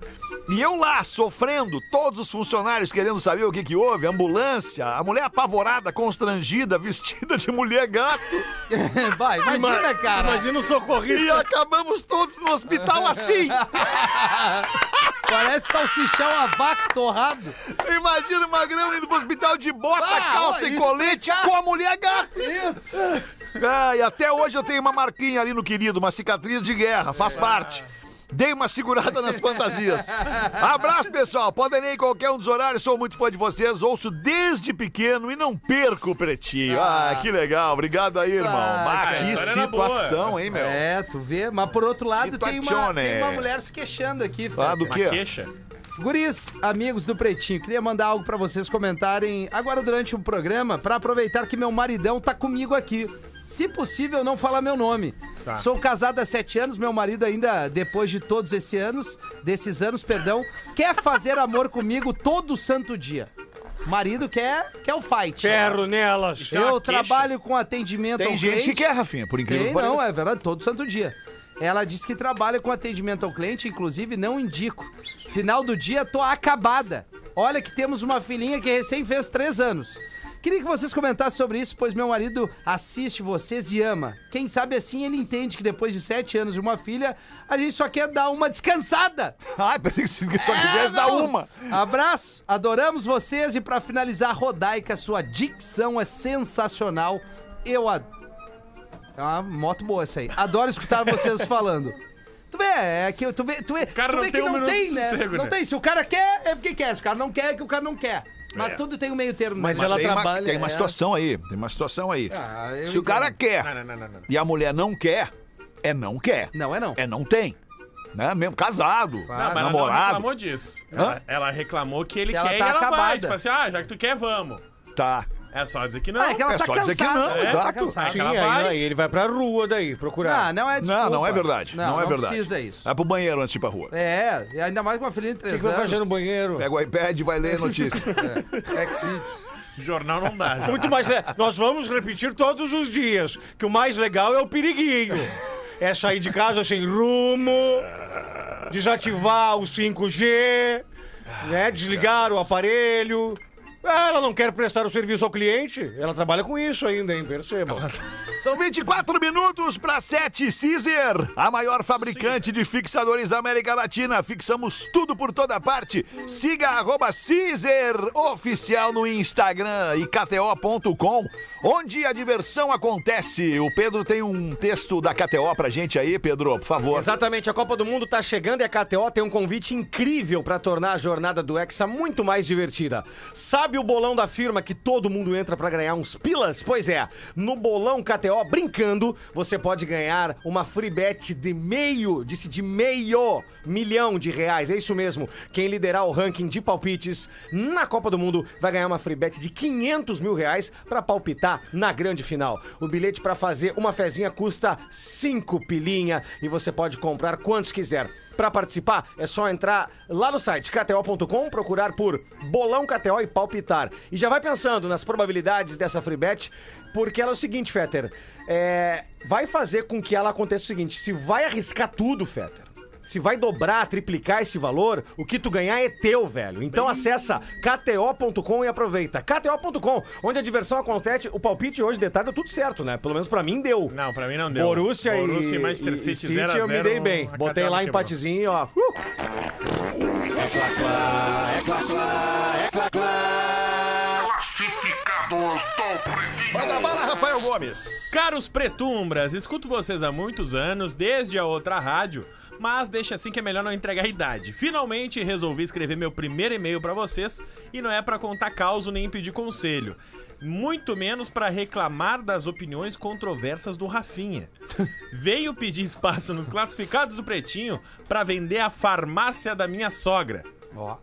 E eu lá, sofrendo, todos os funcionários querendo saber o que que houve, ambulância, a mulher apavorada, constrangida, vestida de mulher gato. Vai, imagina, cara. Imagina o socorrista. E acabamos todos no hospital assim. Parece salsichão a vaca torrado. Imagina o Magrão indo pro hospital de bota, Ah, calça ó, e isso colete explica- com a mulher gata. Isso. Ai, É, até hoje eu tenho uma marquinha ali no querido, uma cicatriz de guerra, É. faz parte. Dei uma segurada nas fantasias. Abraço, pessoal. Podem ir em qualquer um dos horários. Sou muito fã de vocês. Ouço desde pequeno e não perco o pretinho. Ah, que legal. Obrigado aí, irmão. Ah, Ah, cara, que a história era boa. situação, hein, meu? É, tu vê. Mas por outro lado, tem uma, Situazione. tem uma mulher se queixando aqui, Feta. Ah, do Uma quê? queixa. Guris, amigos do Pretinho, queria mandar algo pra vocês comentarem agora durante o programa, pra aproveitar que meu maridão tá comigo aqui. Se possível, não falar meu nome. Tá. Sou casado há sete anos, meu marido ainda, depois de todos esses anos, desses anos, perdão, quer fazer amor comigo todo santo dia. Marido quer, quer o fight. Ferro nelas. Isso é uma Eu queixa. trabalho com atendimento Tem ao gente que cliente. quer, Rafinha, por incrível Tem, que não, pareça. é verdade, todo santo dia. Ela diz que trabalha com atendimento ao cliente, inclusive não indico. Final do dia, tô acabada. Olha que temos uma filhinha que recém fez três anos. Queria que vocês comentassem sobre isso, pois meu marido assiste vocês e ama. Quem sabe assim ele entende que depois de sete anos de uma filha, a gente só quer dar uma descansada. Ai, pensei que se- que só quisesse É, dar não. uma. Abraço, adoramos vocês e pra finalizar, Rodaica, sua dicção é sensacional. Eu adoro. É uma moto boa essa aí. Adoro escutar vocês falando. Tu vê, é que eu- tu vê, tu vê, cara tu não vê tem que um não minuto tem, de né? sossego, não né? tem, se o cara quer, é porque quer, se o cara não quer, é que o cara não quer. É. Mas tudo tem um meio termo. né? Mas ela tem trabalha. Uma, tem uma é. situação aí. Tem uma situação aí. Ah, eu Se o cara quer Não, não, não, não, não. e a mulher não quer, é não quer. Não, é não. É não tem. Né? Mesmo casado, Claro. Ah, mas ela não namorado. reclamou disso. Ela, ela reclamou que ele Que ela quer tá e ela vai. acabada. Tipo assim, ah, já que tu quer, vamos. tá. É só dizer que não. Ah, é que ela é tá só cansada. dizer que não, é, tá exato. cansada. Sim, Ela aí, é. vai. aí ele vai pra rua daí procurar. Não, não é desculpa. Não, não é verdade. Não, Não, é não verdade. precisa isso. Vai pro banheiro antes de ir pra rua. É, e ainda mais com uma filhinha de O que, três que vai anos. fazer no banheiro? Pega o iPad e vai ler a notícia. Ex-Vídeos. Jornal não dá. um já. Muito mais. le- Nós vamos repetir todos os dias que o mais legal é o periguinho. É sair de casa sem rumo, desativar o 5G, né? Desligar o aparelho. Ela não quer prestar o serviço ao cliente. Ela trabalha com isso ainda, hein? Percebam. São 24 minutos para 7 Caesar, a maior fabricante de fixadores da América Latina. Fixamos tudo por toda parte. Siga arroba Caesar oficial no Instagram e KTO.com, onde a diversão acontece. O Pedro tem um texto da KTO pra gente aí, Pedro, por favor. Exatamente, a Copa do Mundo tá chegando e a KTO tem um convite incrível para tornar a jornada do Hexa muito mais divertida. Sabe o bolão da firma que todo mundo entra para ganhar uns pilas? Pois é, no bolão KTO brincando, você pode ganhar uma free bet de meio, disse de meio milhão de reais. É isso mesmo. Quem liderar o ranking de palpites na Copa do Mundo vai ganhar uma free bet de 500 mil reais para palpitar na grande final. O bilhete para fazer uma fezinha custa 5 pilinha e você pode comprar quantos quiser. Para participar, é só entrar lá no site kto.com, procurar por Bolão KTO e palpitar. E já vai pensando nas probabilidades dessa free bet, porque ela é o seguinte, Fetter. é, vai fazer com que ela aconteça o seguinte: se vai arriscar tudo, Fetter. Se vai dobrar, triplicar esse valor, o que tu ganhar é teu, velho. Então acessa kto.com e aproveita. kto.com, onde a diversão acontece. O palpite hoje de tarde deu tudo certo, né? Pelo menos pra mim deu. Não, pra mim não deu. Borussia, Borussia e, e Manchester e City, City 0 a eu me 0, dei bem. a Botei KTO lá quebrou. empatezinho, ó. Uh! Manda bala, Rafael Gomes. Caros pretumbras, escuto vocês há muitos anos, desde a outra rádio, mas deixa assim que é melhor não entregar a idade. Finalmente resolvi escrever meu primeiro e-mail pra vocês e não é pra contar causo nem pedir conselho, muito menos pra reclamar das opiniões controversas do Rafinha. Veio pedir espaço nos classificados do Pretinho pra vender a farmácia da minha sogra. Ó.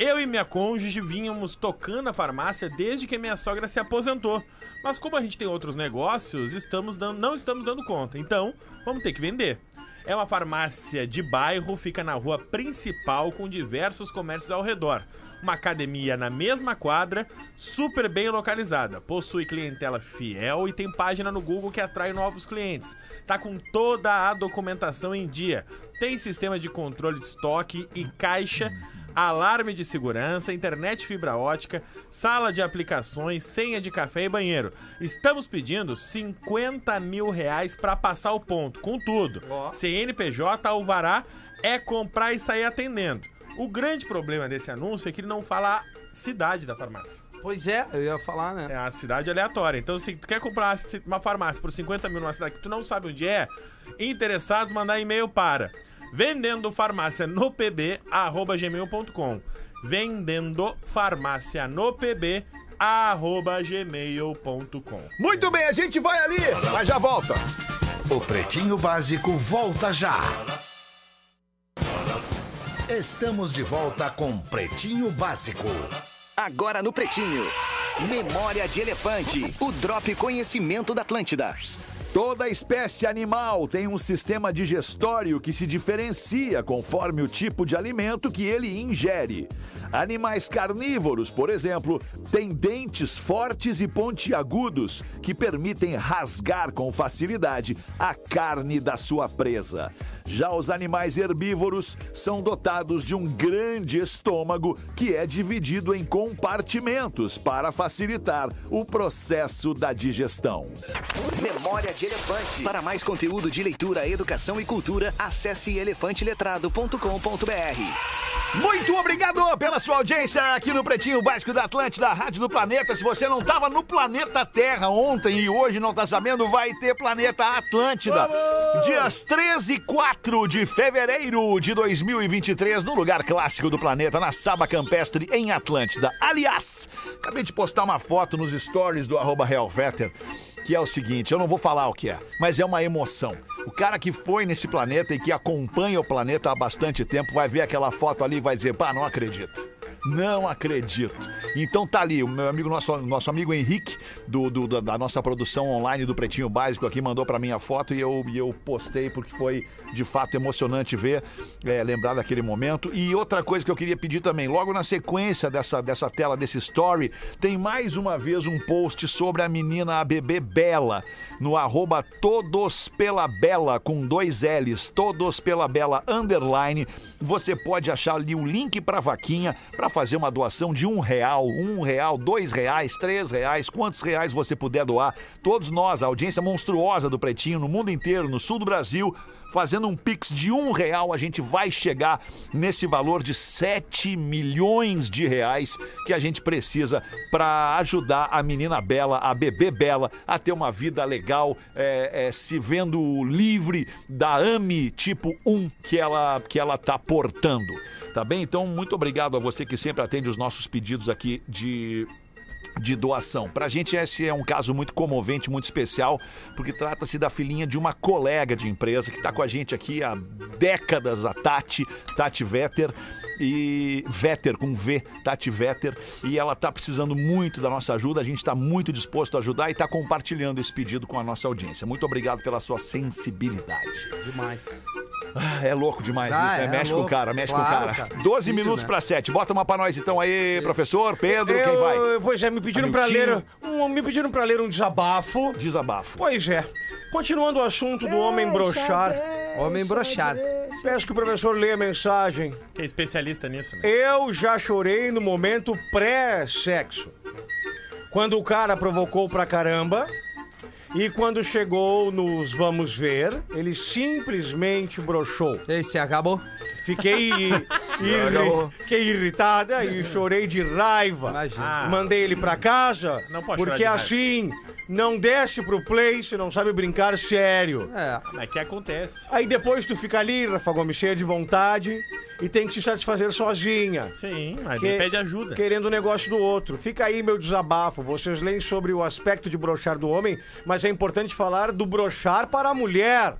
Eu e minha cônjuge vínhamos tocando a farmácia desde que minha sogra se aposentou. Mas como a gente tem outros negócios, estamos dando- não estamos dando conta. Então, vamos ter que vender. É uma farmácia de bairro, fica na rua principal com diversos comércios ao redor. Uma academia na mesma quadra, super bem localizada. Possui clientela fiel e tem página no Google que atrai novos clientes. Tá com toda a documentação em dia. Tem sistema de controle de estoque e caixa alarme de segurança, internet fibra ótica, sala de aplicações, senha de café e banheiro. Estamos pedindo 50 mil reais pra passar o ponto, com tudo. CNPJ, Alvará, é comprar e sair atendendo. O grande problema desse anúncio é que ele não fala a cidade da farmácia. Pois é, eu ia falar, né? É a cidade aleatória. Então, se tu quer comprar uma farmácia por 50 mil numa cidade que tu não sabe onde é, interessados, mandar e-mail para vendendo farmácia no pb, arroba gmail.com. Vendendo farmácia no pb, arroba gmail.com. Muito bem, a gente vai ali, mas já volta. O Pretinho Básico volta já. Estamos de volta com Pretinho Básico. Agora no Pretinho. Memória de Elefante. O Drop Conhecimento da Atlântida. Toda espécie animal tem um sistema digestório que se diferencia conforme o tipo de alimento que ele ingere. Animais carnívoros, por exemplo, têm dentes fortes e pontiagudos que permitem rasgar com facilidade a carne da sua presa. Já os animais herbívoros são dotados de um grande estômago que é dividido em compartimentos para facilitar o processo da digestão. Memória de Elefante. Para mais conteúdo de leitura, educação e cultura, acesse elefanteletrado.com.br. Muito obrigado pela sua audiência aqui no Pretinho Básico da Atlântida, a Rádio do Planeta. Se você não estava no planeta Terra ontem e hoje não está sabendo, vai ter Planeta Atlântida. Dias 13 e 4 de fevereiro de 2023, no lugar clássico do planeta, na Saba Campestre, em Atlântida. Aliás, acabei de postar uma foto nos stories do arroba Real Vetter que é o seguinte, eu não vou falar o que é, mas é uma emoção. O cara que foi nesse planeta e que acompanha o planeta há bastante tempo vai ver aquela foto ali e vai dizer, pá, não acredito. Não acredito. Então tá ali, o meu amigo, nosso, nosso amigo Henrique, do, do- da- da nossa produção online do Pretinho Básico aqui, mandou pra mim a foto e eu, e eu postei porque foi de fato emocionante ver, é, lembrar daquele momento. E outra coisa que eu queria pedir também, logo na sequência dessa, dessa tela, desse story, tem mais uma vez um post sobre a menina a bebê Bela, no arroba Todos Pela Bela, com dois L's, Todos Pela Bela, underline. Você pode achar ali o link pra vaquinha pra fazer uma doação de um real, um real, dois reais, três reais, quantos reais você puder doar. Todos nós, a audiência monstruosa do Pretinho, no mundo inteiro, no sul do Brasil, fazendo um pix de um real, a gente vai chegar nesse valor de 7 milhões de reais que a gente precisa para ajudar a menina Bela, a bebê Bela, a ter uma vida legal, é, é, se vendo livre da AME tipo 1 que ela, que ela tá portando. Tá bem? Então, muito obrigado a você que sempre atende os nossos pedidos aqui de de doação. Pra gente esse é um caso muito comovente, muito especial, porque trata-se da filhinha de uma colega de empresa que tá com a gente aqui há décadas, a Tati, Tati Vetter e Vetter com V, Tati Vetter, e ela tá precisando muito da nossa ajuda, a gente tá muito disposto a ajudar e tá compartilhando esse pedido com a nossa audiência. Muito obrigado pela sua sensibilidade. É Demais. Ah, É louco demais Ah, isso, né? é mexe com louco. o cara, mexe com o Claro, cara. cara. 12 Filho, minutos né? pra 7. Bota uma pra nós então aí, professor, Pedro, quem Eu- vai? Pois é, me pediram pra ler. Hamilton. um- me pediram pra ler um desabafo. Desabafo. Pois é. Continuando o assunto do homem brochar, Homem brochado. peço que o professor leia a mensagem. Que é especialista nisso, né? Eu já chorei no momento pré-sexo. Quando o cara provocou pra caramba. E quando chegou nos vamos ver, ele simplesmente brochou. Esse acabou. Fiquei, irri- fiquei irritada e chorei de raiva. Imagina. Ah. Mandei ele pra casa, Não pode porque chorar de assim não desce pro play se não sabe brincar sério. É. Mas que acontece. Aí depois tu fica ali, Rafa Gomes, cheia de vontade e tem que se satisfazer sozinha. Sim, mas Que- ele pede ajuda. Querendo o negócio do outro. Fica aí meu desabafo. Vocês leem sobre o aspecto de brochar do homem, mas é importante falar do brochar para a mulher.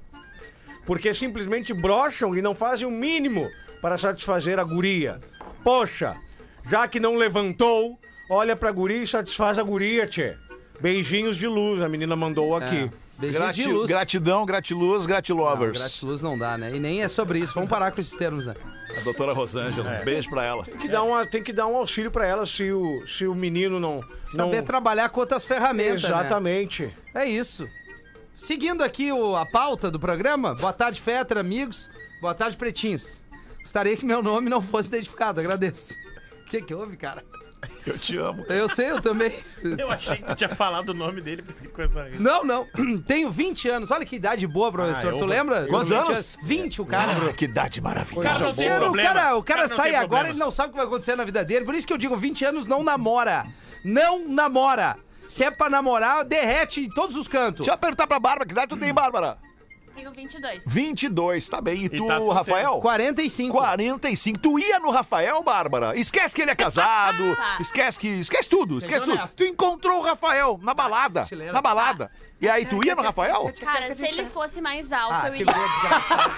Porque simplesmente brocham e não fazem o mínimo para satisfazer a guria. Poxa, Já que não levantou, olha pra guria e satisfaz a guria, tchê. Beijinhos de luz, a menina mandou É. aqui. Beijinhos de Grati- luz. Gratidão, gratiluz, gratilovers. Gratiluz não dá, né? E nem é sobre isso. Vamos parar com esses termos, né? A doutora Rosângela, um beijo pra ela. Tem que, É. dar uma, tem que dar um auxílio pra ela se o, se o menino não. não... Saber trabalhar com outras ferramentas, né? Exatamente. É isso. Seguindo aqui o- a pauta do programa, boa tarde, Fetra, amigos. Boa tarde, pretinhos. Gostaria que meu nome não fosse identificado, agradeço. O que, que houve, cara? Eu te amo. Eu sei, eu também. Eu achei que tu tinha falado o nome dele, por isso que ficou essa risa. Não, não. Tenho 20 anos. Olha que idade boa, professor. Ah, eu- tu lembra? Quantos 20 anos? 20, o cara. Ah, que idade maravilhosa. Cara, não tem Cara, o problema. cara, o cara não sai tem agora, problema. ele não sabe o que vai acontecer na vida dele. Por isso que eu digo, 20 anos não namora. Não namora. Se é pra namorar, derrete em todos os cantos. Deixa eu perguntar pra Bárbara, que idade tu tem, Bárbara? Tenho 22. 22, tá bem. E tu, tá solteiro. Rafael? 45. 45. Tu ia no Rafael, Bárbara? Esquece que ele é casado, esquece que. Esquece tudo, esquece tudo. honesto. Tu encontrou o Rafael na balada. estileira. Na balada. E aí, tu ia no Rafael? Cara, se ele fosse mais alto, Ah, eu que iria. mulher desgraçada.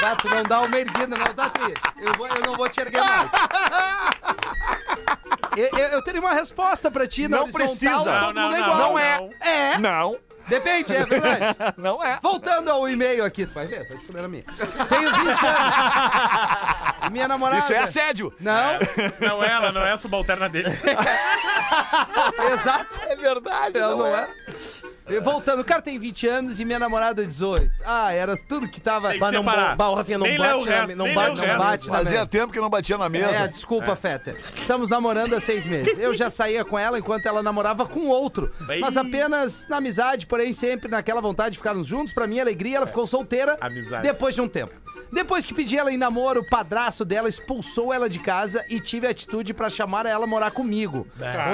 Tá, tu não dá uma erguida, não. Tá, tu, eu, vou- eu não vou te erguer mais. Eu, eu, eu teria uma resposta pra ti, na Não horizontal, precisa. todo Não, mundo é não, igual. não, não é. É, Não, depende, é verdade. não é. Voltando ao e-mail aqui, tu vai ver, tô de primeira minha. Tenho 20 anos. E minha namorada. Isso é assédio. Não, Não ela, não é a subalterna dele. exato. É verdade, Ela não é. E Voltando, o cara tem 20 anos e minha namorada 18. Ah, era tudo que tava. Tem que Bah, não separar. bah, o Rafinha, não Nem bate lê o na- resto, não nem bate- lê o não resto. bate Tá na Fazia mesa. tempo que não batia na É, mesa. desculpa, Feta. Estamos namorando há seis meses. Eu já saía com ela enquanto ela namorava com outro. Bem. Mas apenas na amizade, porém sempre naquela vontade de ficarmos juntos. Pra minha alegria, ela ficou solteira Amizade. depois de um tempo. Depois que pedi ela em namoro, o padrasto dela expulsou ela de casa e tive a atitude pra chamar ela a morar comigo,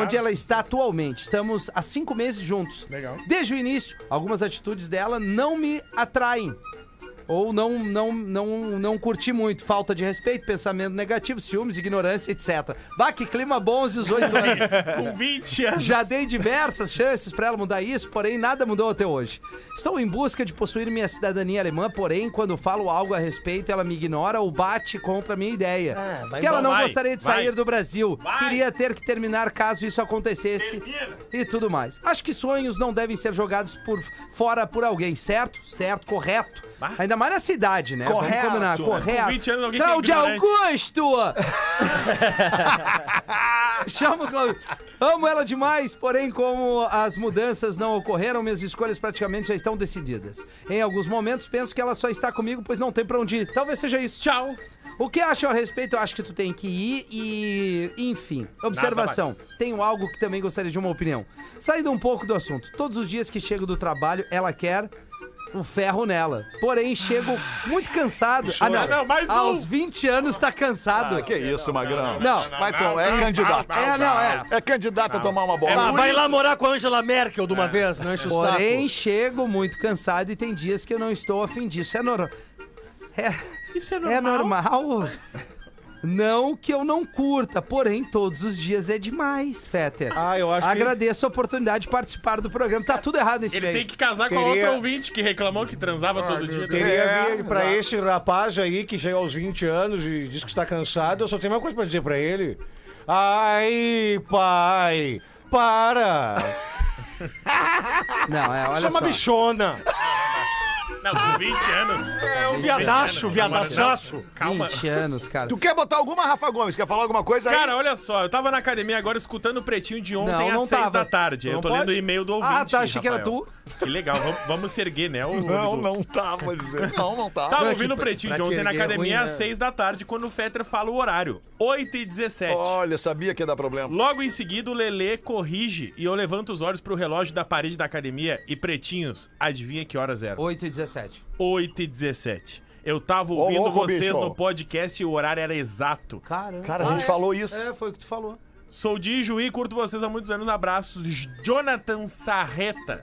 onde ela está atualmente. Estamos há cinco meses juntos. Legal. Desde o início, algumas atitudes dela não me atraem ou não, não, não, não curti muito. Falta de respeito, pensamento negativo, ciúmes, ignorância, etc. Bah, que clima bom aos 18 anos. Com 20 anos. Já dei diversas chances pra ela mudar isso, porém nada mudou até hoje. Estou em busca de possuir minha cidadania alemã, porém quando falo algo a respeito, ela me ignora ou bate contra a minha ideia. que ela não vai, gostaria de vai. sair do Brasil. Vai. Queria ter que terminar caso isso acontecesse Termina. e tudo mais. Acho que sonhos não devem ser jogados por fora por alguém, certo? Certo, correto. Bah. Ainda mais na cidade, né? Correto. Vamos combinar, correto. Com 20 anos, alguém que é Cláudio ignorante. Augusto! Chamo Cláudio. Amo ela demais, porém, como as mudanças não ocorreram, minhas escolhas praticamente já estão decididas. Em alguns momentos, penso que ela só está comigo, pois não tem pra onde ir. Talvez seja isso. Tchau. O que acho a respeito? Eu acho que tu tem que ir e. Enfim, observação. mais. Tenho algo que também gostaria de uma opinião. Saindo um pouco do assunto. Todos os dias que chego do trabalho, ela quer o ferro nela. Porém, chego muito cansado. Ah, não. Ah, não, mais um. Aos 20 anos tá cansado. Que É isso, Magrão. Não. Vai, então, é candidato. É, não, é. É candidato a tomar uma É Ah, bola. muito- vai lá morar com a Angela Merkel de uma vez, não enche o saco. Porém, chego muito cansado e tem dias que eu não estou afim disso. É normal. Isso é É normal? Não que eu não curta, porém todos os dias é demais, Fetter. Ah, eu acho que- Agradeço a oportunidade de participar do programa. Tá tudo errado nesse Ele tem meio. que casar com a Teria- outra ouvinte que reclamou que transava todo dia. né? Teria vir pra esse rapaz aí que chega aos 20 anos e diz que está cansado, eu só tenho uma coisa pra dizer pra ele. Ai, pai, para! Não, é, Você olha é uma só. bichona! Não, com 20 anos. É um viadaço, viadaçaço! Calma. 20 anos, cara. Tu quer botar alguma, Rafa Gomes? Quer falar alguma coisa aí? Cara, olha só, eu tava na academia agora escutando o Pretinho de ontem Não, não às 6 tava. da tarde. Não eu tô pode? lendo o e-mail do ouvinte, Ah, tá, achei que era Rafael. Que legal, vamos, vamos se erguer, né? O, Não, não tá, vou dizer. Não, não tá. é Tava ouvindo o Pretinho de pra te ontem na erguer é academia ruim, às né? 6 da tarde, quando o Fetter fala o horário. 8 e 17. Olha, sabia que ia dar problema. Logo em seguida, o Lelê corrige e eu levanto os olhos pro relógio da parede da academia e pretinhos, adivinha que horas era? 8 e 17. 8 e 17. Eu tava Ô, ouvindo louco, vocês bicho. no podcast e o horário era exato. Caramba. Cara, a gente falou isso. É, foi o que tu falou. Sou de Juí, curto vocês há muitos anos. Abraços, Jonathan Sarreta.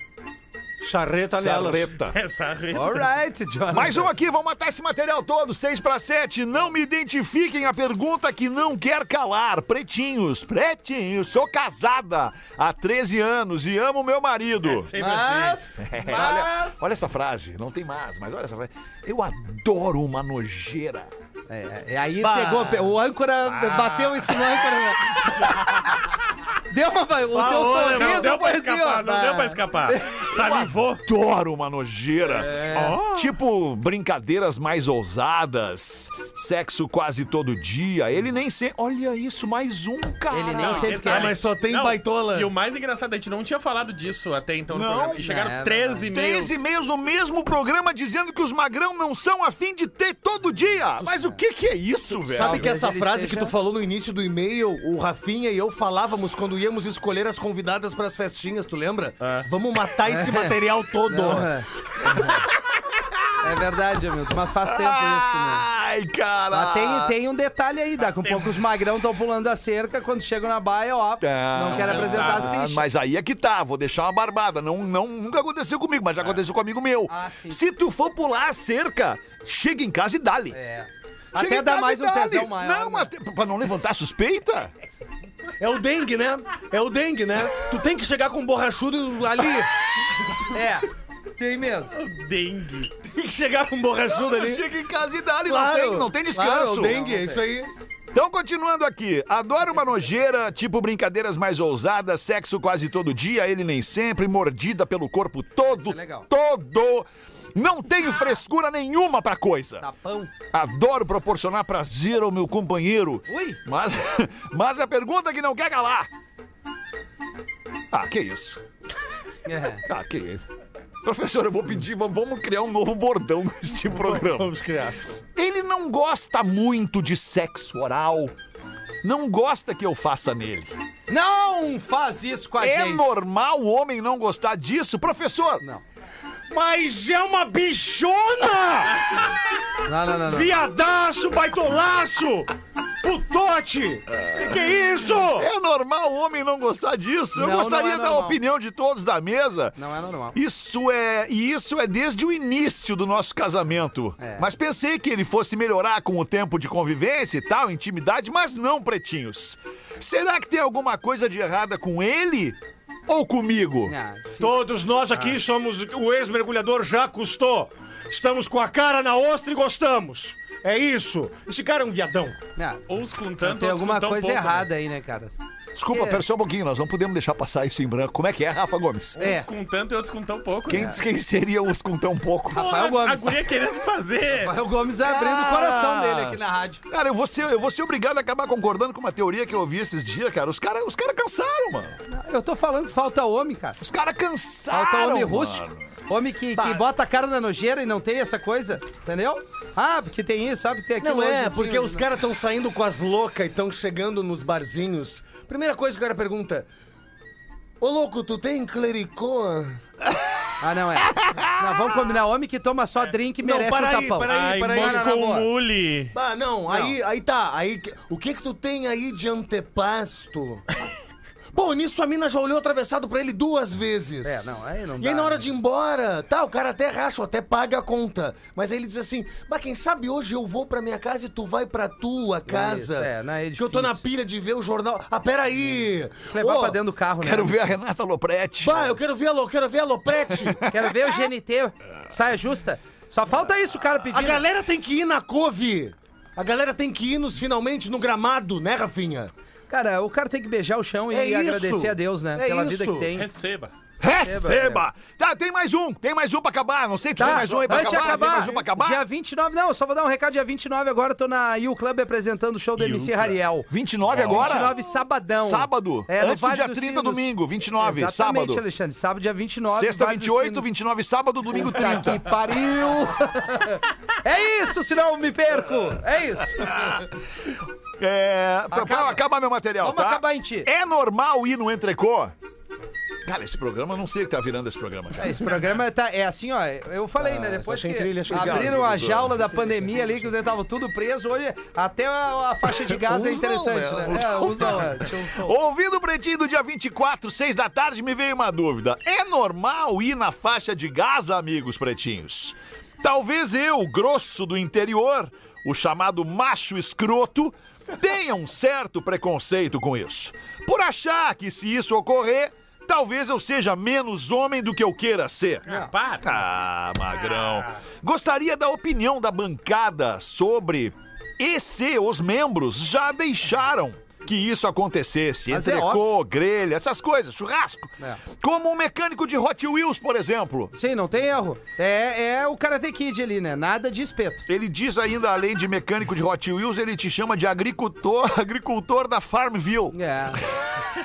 Charreta nela. Sarreta. É, Sarreta. Alright, John. Mais um aqui, vamos matar esse material todo. 6 para 7. Não me identifiquem a pergunta que não quer calar. Pretinhos, pretinhos, sou casada há 13 anos e amo meu marido. Sempre Mas. assim. É, olha, olha essa frase, não tem mais, mas olha essa frase. Eu adoro uma nojeira. É, é, aí Bah. pegou, pe- o âncora bateu isso no âncora. deu uma, o teu ô, sorriso não deu pra foi assim, ó. escapar, não deu pra escapar. Salivou. Adoro uma nojeira. É. Ó, Tipo, brincadeiras mais ousadas, sexo quase todo dia. Ele nem sempre. Olha isso, mais um, cara. Ele nem é, sempre detalhe. quer. Ah, mas só tem baitola. E o mais engraçado, a gente não tinha falado disso até então no Não. programa. E chegaram Não, não, 13 e-mails. 13 e-mails no mesmo programa dizendo que os magrão não são afim de ter todo dia. Mas o que que é isso, velho? Sabe que Talvez essa ele frase que esteja- tu falou no início do e-mail, o Rafinha e eu falávamos quando íamos escolher as convidadas pras festinhas, tu lembra? Vamos matar esse material todo. né? É verdade, Hamilton, mas faz tempo isso, né? Ai, cara. Mas tem, tem um detalhe aí, daqui a pouco os magrão estão pulando a cerca, quando chegam na baia, ó, não quero apresentar as Ah, fichas. Tá. mas aí é que tá, vou deixar uma barbada. Não, não, nunca aconteceu comigo, mas já aconteceu com um amigo meu. É. Ah, sim. Se tu for pular a cerca, chega em casa e dá-lhe. É. Chega Até em dá casa mais e um dá-lhe. tesão maior. Não, né? até, pra não levantar suspeita? É o dengue, né? É o dengue, né? Tu tem que chegar com um borrachudo ali. É, tem mesmo. Dengue. Tem que chegar com um borrachudo ali. Chega em casa e dá-lhe, Claro, não, tem, não tem descanso. Claro, é o dengue, é isso aí. Então, continuando aqui. Adoro uma nojeira, tipo brincadeiras mais ousadas, sexo quase todo dia, ele nem sempre, mordida pelo corpo todo, é legal. todo. Não tenho frescura nenhuma pra coisa. Tá. Tapão. Adoro proporcionar prazer ao meu companheiro. Ui. Mas, mas a pergunta que não quer calar. Ah, que isso. É. Ah, que isso. Professor, eu vou pedir, vamos- vamos criar um novo bordão neste programa. Vamos criar. Ele não gosta muito de sexo oral. Não gosta que eu faça nele. Não faz isso com a É gente. normal o homem não gostar disso, professor? Não. Mas é uma bichona! Não, não, não, não. Viadaço, baitolaço! Putote! Que isso? É normal o homem não gostar disso. Eu Não, gostaria não é da normal. opinião de todos da mesa. Não é normal. Isso é. E isso é desde o início do nosso casamento. É. Mas pensei que ele fosse melhorar com o tempo de convivência e tal, intimidade, mas não, pretinhos. Será que tem alguma coisa de errada com ele ou comigo? Ah, enfim. Todos nós Ah. aqui somos o ex-mergulhador Jacques Cousteau. Estamos com a cara na ostra e gostamos. É isso. Esse cara é um viadão. Ah, Uns com tanto, Tem outros com alguma tão coisa pouco, né? errada aí, né, cara? É. Desculpa, pera só um pouquinho, nós não podemos deixar passar isso em branco. Como é que é, Rafa Gomes? É. Uns com tanto e outros com tão pouco. Quem, né? quem seria os com tão pouco? Rafael Porra, Gomes. A guria querendo fazer. Rafael Gomes é abrindo o coração dele aqui na rádio. Cara, eu vou, ser, eu vou ser obrigado a acabar concordando com uma teoria que eu ouvi esses dias, cara. Os caras os cara cansaram, mano. Eu tô falando que falta homem, cara. Os caras cansaram. Falta homem mano. rústico. Homem que, que bota a cara na nojeira e não tem essa coisa, entendeu? Ah, porque tem isso, sabe? que Tem aquilo Não é, hoje, porque assim, os caras estão saindo com as loucas e estão chegando nos barzinhos. Primeira coisa que o cara pergunta: Ô louco, tu tem clericô? Ah, não é. Não, vamos combinar. Homem que toma só drink e Não, merece para um aí, tapão. para aí. Ai, não, não, boa. Moscou Mule. Ah, não, Aí, aí tá. Aí, que- o que que tu tem aí de antepasto? Bom, nisso a mina já olhou atravessado pra ele duas vezes. É, não, aí não E dá, aí na hora né? de ir embora, tá, o cara até racha, ou até paga a conta. Mas aí ele diz assim, bah, quem sabe hoje eu vou pra minha casa e tu vai pra tua casa. é, não, é Que eu difícil. tô na pilha de ver o jornal. Ah, peraí. Levar Ô, pra dentro do carro, né? Quero ver a Renata Lopretti. Bah, eu quero ver a, Lo- quero ver a Loprete. Quero ver o GNT, saia justa. Só falta isso, o cara a pedindo. galera tem que ir na couve. A galera tem que ir nos, finalmente, no gramado, né, Rafinha? Cara, o cara tem que beijar o chão É e isso. agradecer a Deus, né? É pela isso. vida que tem. Receba. Receba! Tá, tem mais um, tem mais um pra acabar. Não sei, tu Tá, tem mais um aí pra antes de acabar, Tem mais um pra acabar? Dia 29, não, só vou dar um recado. Dia 29, agora eu tô na U Club apresentando o show do MC Rariel. 29 agora? 29, sabadão. Sábado. É, no Antes do Vale dia dos 30, Sinos. domingo. 29, Exatamente, sábado. Alexandre. Sábado, dia 29. Sexta, Vale dos 28, Sinos. 29, sábado, domingo, Puta que 30. pariu! é isso, senão eu me perco! É isso! É, pra, pra Acaba. acabar meu material, Vamos tá? acabar em ti. É normal ir no entrecô? Cara, esse programa, eu não sei o que tá virando esse programa, cara. Esse programa tá, é assim, ó. Eu falei, Ah, né? Depois sem que trilha, sem abriram diálogo, a jaula da pandemia ali, que os estavam tudo preso, hoje até a, a faixa de gás é Uns não, interessante, né? né? Uns É, não, uns não, é. Tinha uns não. Ouvindo o Pretinho do dia 24, 6 da tarde, me veio uma dúvida. É normal ir na faixa de gás, amigos pretinhos? Talvez eu, grosso do interior, o chamado macho escroto, tenha um certo preconceito com isso. Por achar que se isso ocorrer, talvez eu seja menos homem do que eu queira ser. Ah, para. Ah. Ah, magrão. Gostaria da opinião da bancada sobre e se os membros já deixaram que isso acontecesse. Mas é Entrecô, grelha, essas coisas, churrasco. Como um mecânico de Hot Wheels, por exemplo. Sim, não tem erro. É, é o Karate Kid ali, né? Nada de espeto. Ele diz ainda, além de mecânico de Hot Wheels, ele te chama de agricultor, agricultor da Farmville. É.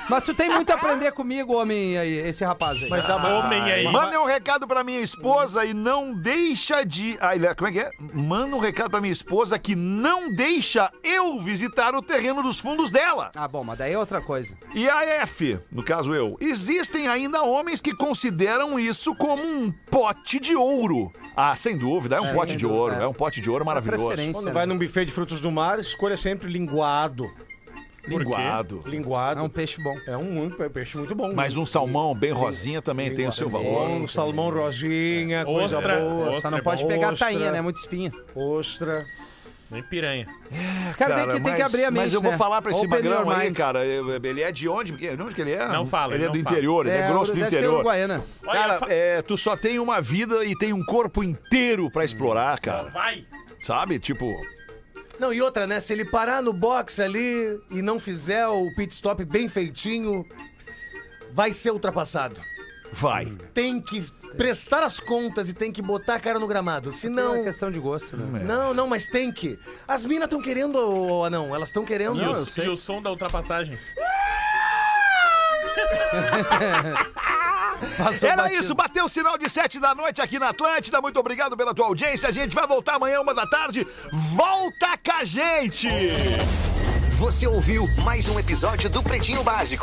Mas tu tem muito a aprender comigo, homem aí, esse rapaz aí. Mas tá bom, homem aí. Manda um recado pra minha esposa e não deixa de. Ah, ele- como é que é? Manda um recado pra minha esposa que não deixa eu visitar o terreno dos fundos dela. Ah, bom, mas daí é outra coisa. E a F, no caso eu. Existem ainda homens que consideram isso como um pote de ouro. Ah, sem dúvida, é um É, pote sem de dúvida, ouro. é. É. um pote de ouro É maravilhoso. preferência. Quando né? vai num buffet de frutos do mar, escolha sempre linguado. Linguado. Linguado. É um peixe bom. É um, muito- é um peixe muito bom. Mas um salmão bem rosinha também tem o seu valor. Um salmão rosinha, coisa É, Ostra. boa. Ostra Só não é pode bom. pegar Ostra. tainha, né? Muito espinha. Ostra. Nem piranha. Os caras têm que, tem que mas- abrir a mente, Mas eu vou né? falar pra esse Open magrão your aí, mind. cara. Ele é de onde? Porque- De onde que ele é? Não fala, Ele é não do fala. interior, ele é grosso do deve Ser um interior. uruguaiana. Olha, Cara, fa- é, tu só tem uma vida e tem um corpo inteiro pra explorar, cara. Vai! Sabe? Tipo, Não, e outra, né? Se ele parar no box ali e não fizer o pit stop bem feitinho, vai ser ultrapassado. vai. Tem que prestar as contas e tem que botar a cara no gramado. Não. É Senão. questão de gosto, né? Não, não, mas tem que. As minas estão querendo, ô, ô, não, elas estão querendo. E, o, e o som da ultrapassagem? Passou Era batido. isso, bateu o sinal de sete da noite aqui na Atlântida. Muito obrigado pela tua audiência. A gente vai voltar amanhã, uma da tarde. Volta com a gente! Você ouviu mais um episódio do Pretinho Básico.